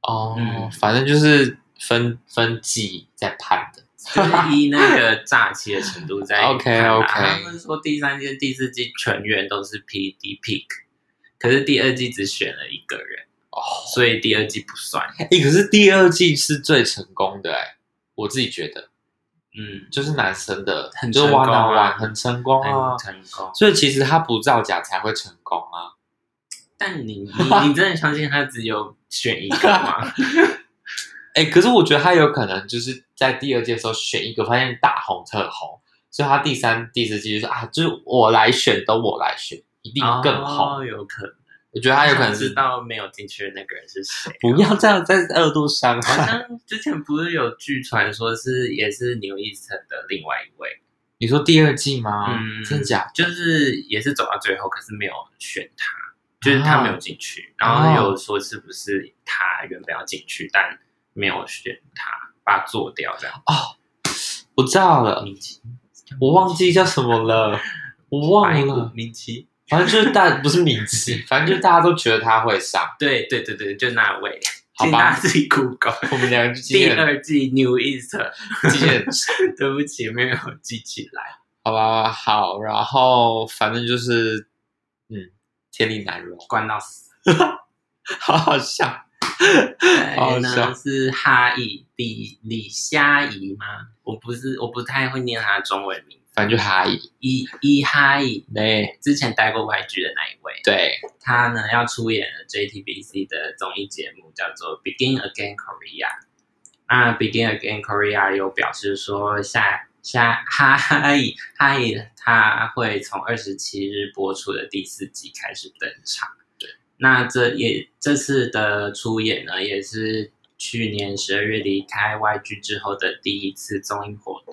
哦，嗯反正就是分分季在判的。就是依那个诈欺的程 度在 OK，OK 看啊他们说第三季、第四季全员都是 PD pick，可是第二季只选了一个人，哦，所以第二季不算。哎、可是第二季是最成功的哎、我自己觉得，嗯，就是男生的，很就是成功弯啊啊弯，很成功啊很。成功。所以其实他不造假才会成功啊。但你你你真的相信他只有选一个 吗？哎、可是我觉得他有可能就是在第二季的时候选一个，发现大红特红，所以他第三、第四季就说啊，就是我来选，都我来选，一定更红。哦，有可能。我觉得他有可能知是道没有进去的那个人是谁。不要这样再二度伤好害。像之前不是有据传说是也是牛一晨的另外一位，你说第二季吗？嗯真假？就是也是走到最后，可是没有选他，就是他没有进去，啊然后有说是不是他原本要进去，但没有选他，把他做掉这样。我知道了，明奇，我忘记叫什么了，我忘白骨了。明奇，反正就是大，不是名字，反正就是大家都觉得他会上，对对对对，就那位，好请大吧家？自己 Google。我们两个就记第得二季 New East，记得 对不起，没有记起来。好吧，好，然后反正就是，嗯，天理难容，关到死。 好好笑。好再笑呢是哈伊李李虾姨吗？我不是，我不太会念她的中文名。反正就哈伊，伊伊哈伊对之前待过 YG 的那一位，对，她呢要出演了 JTBC 的综艺节目，叫做《Begin Again Korea》。那《Begin Again Korea》有表示说下。下 哈哈伊哈伊，他会从二十七日播出的第四集开始登场。那这也这次的出演呢，也是去年十二月离开 YG 之后的第一次综艺活动，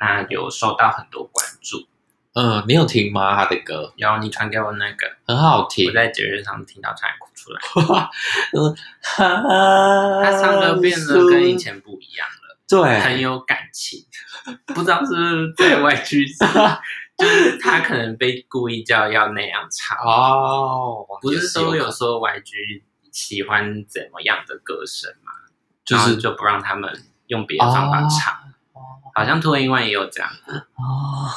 那有受到很多关注。嗯，你有听吗？他的歌然后你传给我那个，很好听我，在节日上听到差点哭出来。他他唱歌变得啊跟以前不一样了，很对，有感情。不知道是不是对 YG，就是他可能被故意叫要那样唱。哦，不也是都有有说 YG 喜欢怎么样的歌声吗？就然后是就不让他们用别的方法唱。好像托因万也有这样，哦，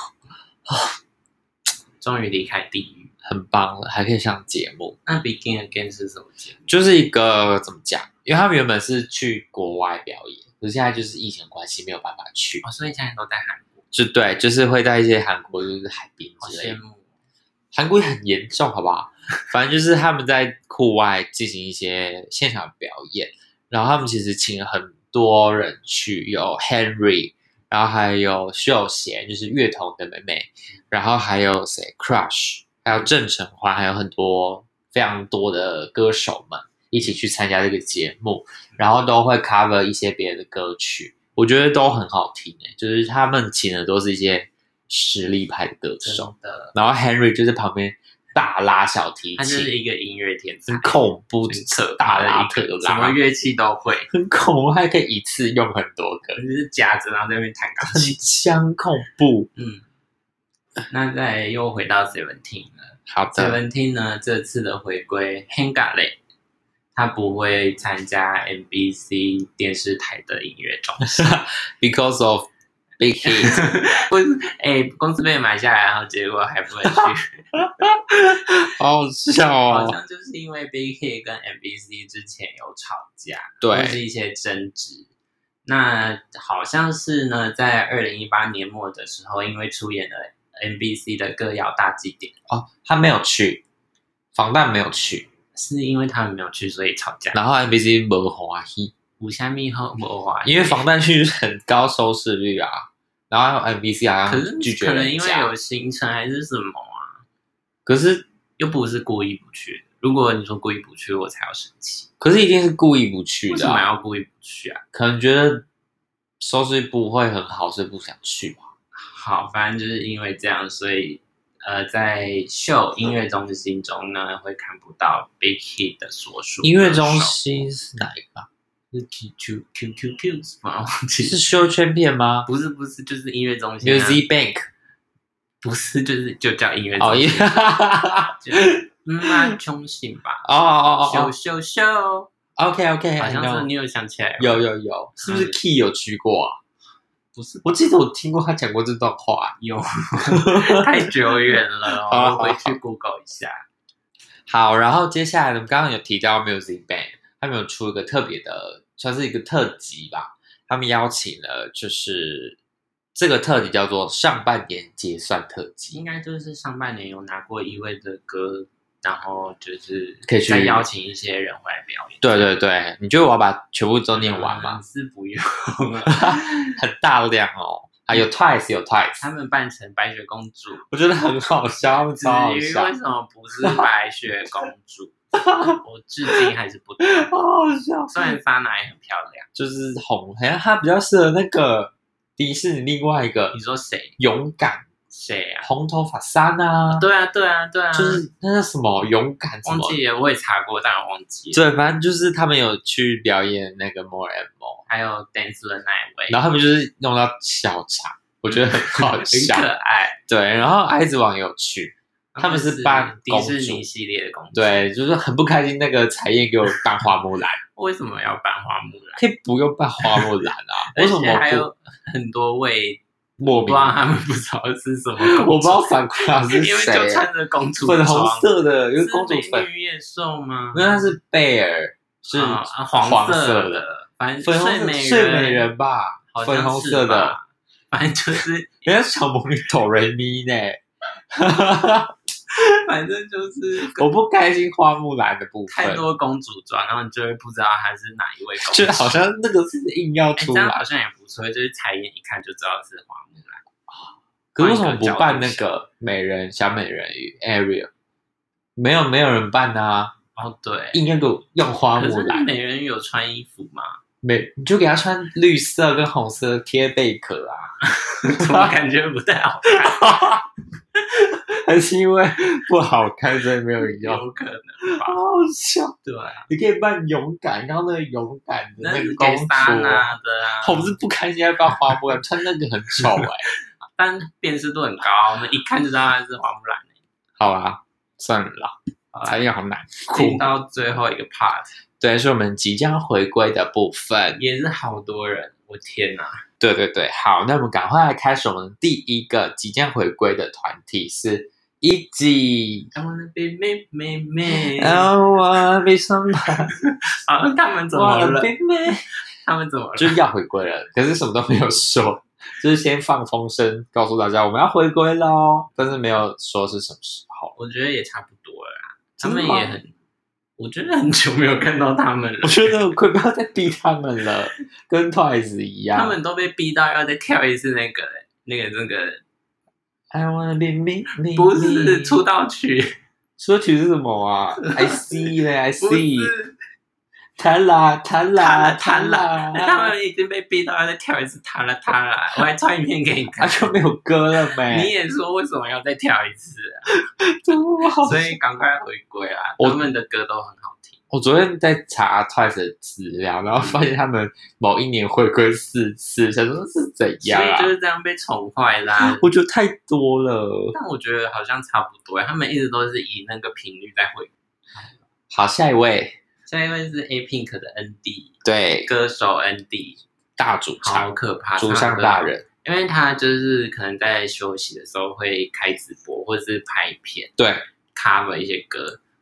终于离开地狱。很棒了，还可以上节目，那 Begin Again 是什么节目？就是一个怎么讲？因为他们原本是去国外表演，可是现在就是疫情的关系没有办法去，哦，所以现在都在韩国，就对，就是会在一些韩国就是海滨好之类羡的，慕。韩国也很严重，好不好？反正就是他们在户外进行一些现场表演，然后他们其实请了很多人去，有 Henry，然后还有秀贤，就是乐童的妹妹，然后还有谁 Crush，还有郑成华，还有很多非常多的歌手们一起去参加这个节目，然后都会 cover 一些别的歌曲，我觉得都很好听诶、就是他们请的都是一些实力派的歌真手。的，然后 Henry 就在旁边大拉小提他就是琴，一个音乐天才很，恐怖，很可大怕的拉一特个，什么拉，乐器都会，很恐怖，还可以一次用很多个，就是夹着然后在那边弹钢很 琴。香恐怖。嗯，那再又回到 Seventeen 了。好的， Seventeen 呢，这次的回归 Hanga 类，他不会参加 MBC 电视台的音乐 中心。 Because of Big Hit，不是，哎、公司被买下来，然后结果还不能 去，好好笑 好哦。像就是因为 Big Hit 跟 MBC 之前有吵架，或对，是一些争执。那好像是呢，在二零一八年末的时候，因为出演了 MBC 的歌谣大祭典，哦，他没有去，防弹没有去，是因为他们没有去，所以吵架。然后 NBC 没欢喜，五虾米和魔华，因为防弹去很高收视率啊，然后还有 NBC 好可是像拒绝可能人因为家，有行程还是什么啊，可是又不是故意不去。如果你说故意不去，我才要生气。可是一定是故意不去为的什啊、么要故意不去啊？ 可能觉得收视率不会很好，所以不想去吧。好，反正就是因为这样，所以呃在秀音乐中心中呢，会看不到 Big Hit 的所属音乐中歌手心是哪一个啊？是 Q Q Q Q Q 什 么？忘记是 Show Champion 吗不是不是，就是音乐中心啊、 ？Music Bank 不是就是就叫音乐哦中耶！心，哦就嗯那中心吧。 哦秀哦秀秀，哦，OK OK，好像是你有想起来吗有有有，是不是嗯 Key 有去过啊？不是我记得我听过他讲过这段话。有，太久远 了哦，好我回去 Google 一下。好，然后接下来呢，我们刚刚有提到 Music Bank，他们有出一个特别的，算是一个特辑吧。他们邀请了，就是这个特辑叫做上半年结算特辑。应该就是上半年有拿过一位的歌，然后就是可以去再邀请一些人回来表演。对对对，你觉得我要把全部都念完吗？ 嗯是不用了，很大量哦，啊，嗯有 Twice 有他 Twice，们扮成白雪公主，我觉得很好笑，至超好于笑，为什么不是白雪公 主，我至今还是不懂。好好笑，虽然莎娜也很漂亮，就是红，好像他比较适合那个迪士尼另外一个你说谁勇敢谁啊？红头发莎娜，对啊，对啊，对啊，就是那叫什么勇敢什忘么。记了，我也查过，但我忘记了。对，反正就是他们有去表演那个 More and More，还有 Dance 的那一位，然后他们就是弄到小场，我觉得很好笑很。可爱。对，然后爱之王也有去，他们是扮迪公士主尼系列的公主，，对，就是很不开心那个彩燕给我扮花木兰，为什么要扮花木兰？可以不用扮花木兰啊？为 而什么且还不有很多位，莫我不名知？道他们不知道是什么公主，我不知道反过来是因为谁就啊，穿着公主粉红装，色的，有是个公主粉美，女与野兽吗？因为她是贝尔，是啊啊黄黄色色的，反正粉红色美睡美人吧好，像粉红是色的，吧，反正就是人家小魔女哆瑞咪呢。反正就是 我不开心花木兰的部太分，多公主装，然后你就会不知道她是哪一位公主就。好像那个是硬要哎，出这来样，好像也不错，就是彩眼一看就知道是花木兰。可是为什么不办那个美人小美人鱼 Ariel？没有没有人办啊，哦，对，硬要给我用花可木是兰，美人鱼有穿衣服吗？ 美你就给她穿绿色跟红色贴贝壳啊， 怎么感觉不太好？还是因为不好看所以没有人用？有可能吧好，笑！对啊，你可以扮勇敢，刚刚那个勇敢的那那是个给公主，莎娜的啊，我不是不开心还扮花木兰，穿那个很丑 哎、但辨识度很高，我们一看就知道她是花木兰。欸好啦，算了啦，好啦才艺好难进过。到最后一个 part，对，是我们即将回归的部分。也是好多人，我天哪！对对对，好，那我们赶快来开始我们第一个即将回归的团体是 E.G.。 I wanna be me me me， I wanna be someone, 啊，他们怎么 wanna 了？ be me，他们怎么了？就是要回归了，可是什么都没有说， 就是先放风声，告诉大家我们要回归喽，但是没有说是什么时候。我觉得也差不多了啦，他真的们吗也很，我觉得很久没有看到他们了我。觉得快不要再逼他们了，跟 Twice 一样。他们都被逼到要再跳一次那个那个那个， I wanna be me, me, 不是 me 出道 曲，说曲是什么啊？I see 嘞，I 不 see，是，塔拉塔拉塔拉拉，哎他们已经被逼到要再跳一次塔啦塔 啦，我还传影片给你啊 看。就没有歌了你没？也说为什么要再跳一次啊、真的好所以赶快回归啊！我他们的歌都很好听，我昨天在查 Twice 的资料，然后发现他们某一年回归四次，想说是怎样所以就啊？是这样被宠坏啦、 我觉得太多了。但我觉得好像差不多，他们一直都是以那个频率在回。好，下一位，下一位是 A Pink 的 N D 对，歌手 N D，大主好唱，可怕，主唱唱歌大人，因为他就是可能在休息的时候会开直播或者是拍片对， cover 一些歌，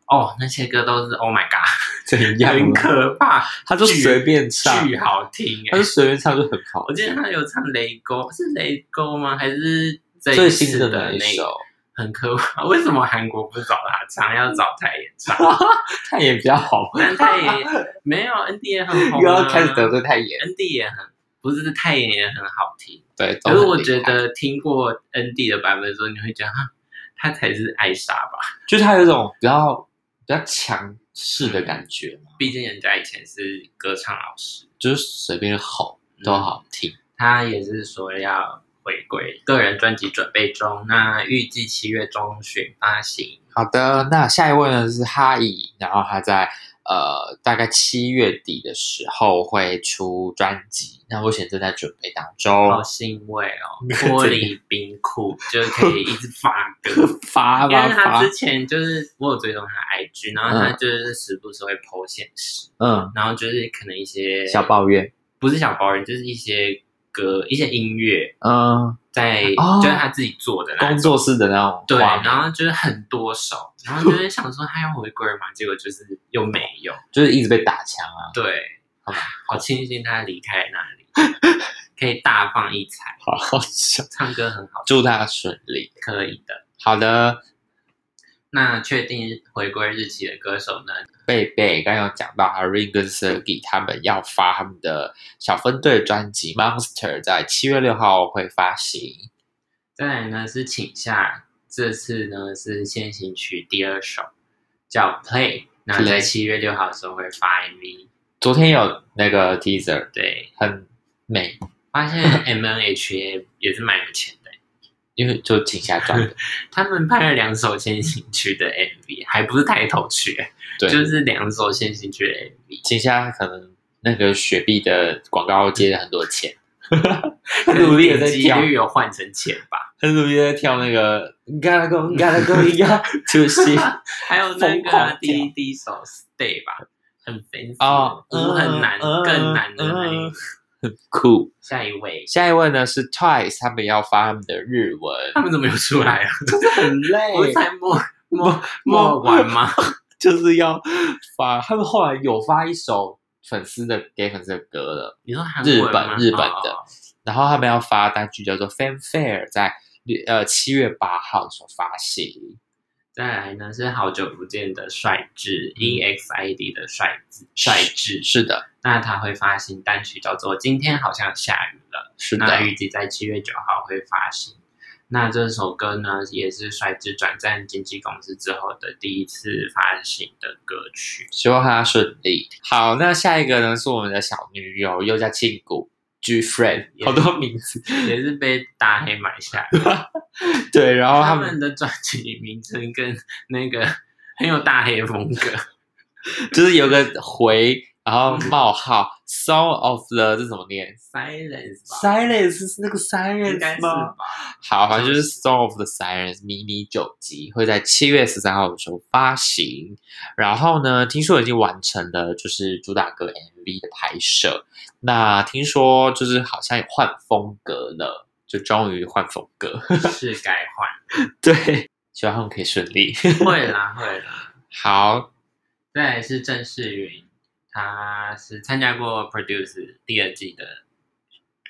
哦，那些歌都是 Oh my God，怎样很啊？可怕， 他就巨随便唱，巨好听他哎、就随便唱就很好我记得听，他有唱雷沟，是雷沟吗？还是最最新的那那一个？首。很可怕，为什么韩国不找他唱，要找他演唱？太也比较好，但他也没有，N D 也很红、啊， 又要开始得罪太严， N D 也很不是太妍也很好听。对。可是我都很觉厉害，得听过 N D 的版本之后，你会觉得哈他才是艾莎吧？就是他有一种比较比较强势嗯的感觉嘛，毕竟人家以前是歌唱老师，嗯就是随便吼都好听。他也是说要回归个人专辑准备中，那预计七月中旬发行。好的，那下一位呢是哈伊，然后他在呃大概七月底的时候会出专辑，那目前正在准备当中。好欣慰哦，玻璃冰库就是可以一直发歌， 发因为吧他发之，前就是我有追踪他 IG，然后他就是时不时会 po 现实，嗯，然后就是可能一些小抱怨，不是小包人，就是一些歌、一些音乐嗯，在、哦就是他自己做的那工种。作室的那种对，画面然后就是很多首，然后就是想说他要回归嘛，结果就是又没有。就是一直被打枪啊。对， 好吧好庆幸他离开那里，可以大放异彩，好好笑，唱歌很好，祝他顺利。可以的。好的，那确定回归日期的歌手呢？贝贝刚刚有讲到 h a r i n 跟 Sergey 他们要发他们的小分队专辑《Monster》在七月六号会发行。再来呢是请下，这次呢是先行曲第二首叫《Play》，那在 Play 七月六号的时候会发 MV。昨天有那个 teaser 对，很美，发 现 M N H A 也是蛮有钱的，因为就请下转的，他们拍了两首先行曲的 M V，还不是抬头曲，对，就是两首先行曲的 M V。 请下可能那个雪碧的广告接了很多钱，很努力的在跳几，率有换成钱吧。很努力地在跳那个 Gotta Go Gotta Go Gotta 就是还有那疯狂个跳第一第一首 Stay 吧，很 fancy，哦，不很难，嗯更难的那一嗯个。很酷。下一位，下一位呢是 Twice，他们要发他们的日他文，们怎么又出来了？ 很累我在默默默默玩 吗？就是要发。他们后来有发一首粉丝的给粉丝的歌了，你说韩日文吗本日本的哦然后他们要发单曲叫做《Fanfare》，在六呃七月八号的时候发行。再来呢是好久不见的帅嗯志，E X I D 的帅志，帅志是的，那他会发行单曲叫做《今天好像下雨了》，是的，那预计在七月九号会发行。那这首歌呢，也是帅志转战经纪公司之后的第一次发行的歌曲。希望他顺利。好，那下一个呢是我们的小女友，又叫庆谷 G Friend， Yeah 好多名 字。也是被大黑买下来。对，然后他哦他们们的专辑名称跟那个很有大黑风 格，就是有个回，然后冒 号 Song of the 这怎么念 Silence 吧 Silence 是那个应该 Silence 是吗吧？？好，反正就是 Song of the Silence 迷你九集会在七月十三号的时候发行。然后呢，听说已经完成了就是主打歌 MV 的拍摄。那听说就是好像有换风格了，就终于换风格。 是该换，对，希望他们可以顺利。会啦会啦。好，再来是郑世云，他是参加过《Produce》第二季的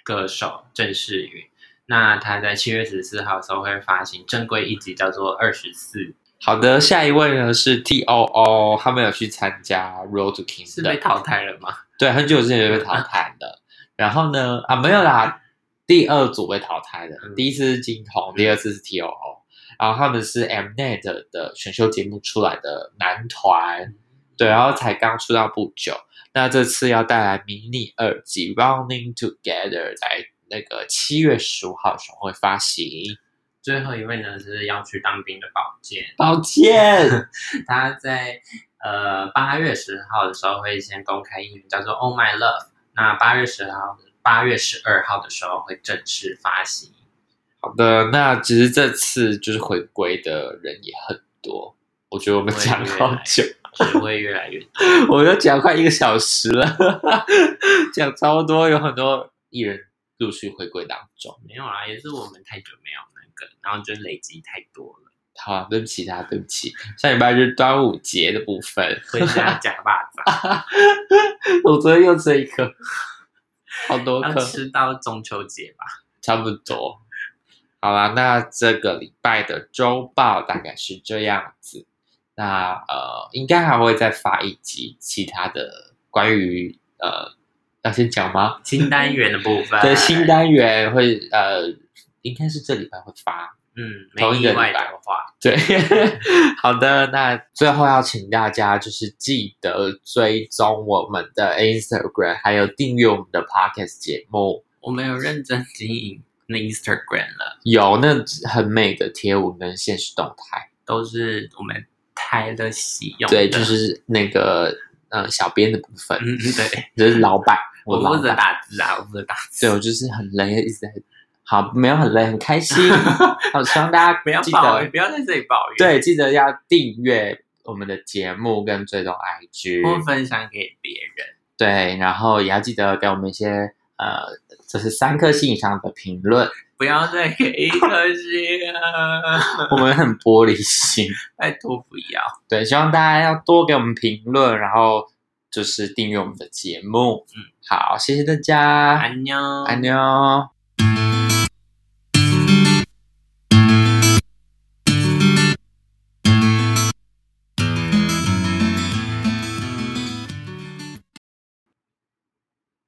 歌手郑世云。那他在七月十四号的时候会发行正规一集，叫做《二十四》，好的，下一位呢是 T O O，他们有去参加 Road to 是被 Kingdom，淘汰了吗？ 对，很久之前就被淘汰的。然后呢，啊，没有啦，第二组被淘汰的，嗯第一次是金童，第二次是 T O O，然后他们是 Mnet 的选秀节目出来的男团，对，然后才刚出道不久。那这次要带来迷你二辑《Running Together》在那个七月十五号的时候会发行。最后一位呢是要去当兵的宝剑，抱歉，他在呃八月十号的时候会先公开英文叫做《Oh My Love》，那八月十号、八月十二号的时候会正式发行。好的，那其实这次就是回归的人也很多，我觉得我们讲好久，只会越来越多。 我们都讲快一个小时了， 讲超多，有很多艺人陆续回归当中。没有啦，也是我们太久没有那个，然后就累积太多了，好、啊，对不起大家，对不起。下礼拜就是端午节的部分，所以这样假巴掌， 我昨天又吃了一颗，好多要颗，吃到中秋节吧。 差不多。好啦，那这个礼拜的周报大概是这样子。那呃，应该还会再发一集其他的关于呃，要先讲吗？新单元的部分，对，新，单元会呃，应该是这礼拜会发。嗯，同没一意个外礼拜的话，对， 好的，那最后要请大家就是记得追踪我们的 Instagram，还有订阅我们的 Podcast 节目。我们有认真经营，那 Instagram 了，有那很美的贴文跟现实动态，都是我们泰勒喜用的。对，就是那个呃小编的部分，嗯对， 就是老板，我老负责板，打字啊，我负责打字对。我就是很累，一直在好没有很累，很 开心，好希望大家不要记抱怨，得不要在这里抱怨。对，记得要订阅我们的节目跟追踪或 IG，分享给别人。对，然后也要记得给我们一些呃，就是三颗星以上的评论，不要再给一颗星啊！我们很玻璃心。拜托不要。对，希望大家要多给我们评论，然后就是订阅我们的节目。嗯，好，谢谢大家，安妞，安妞。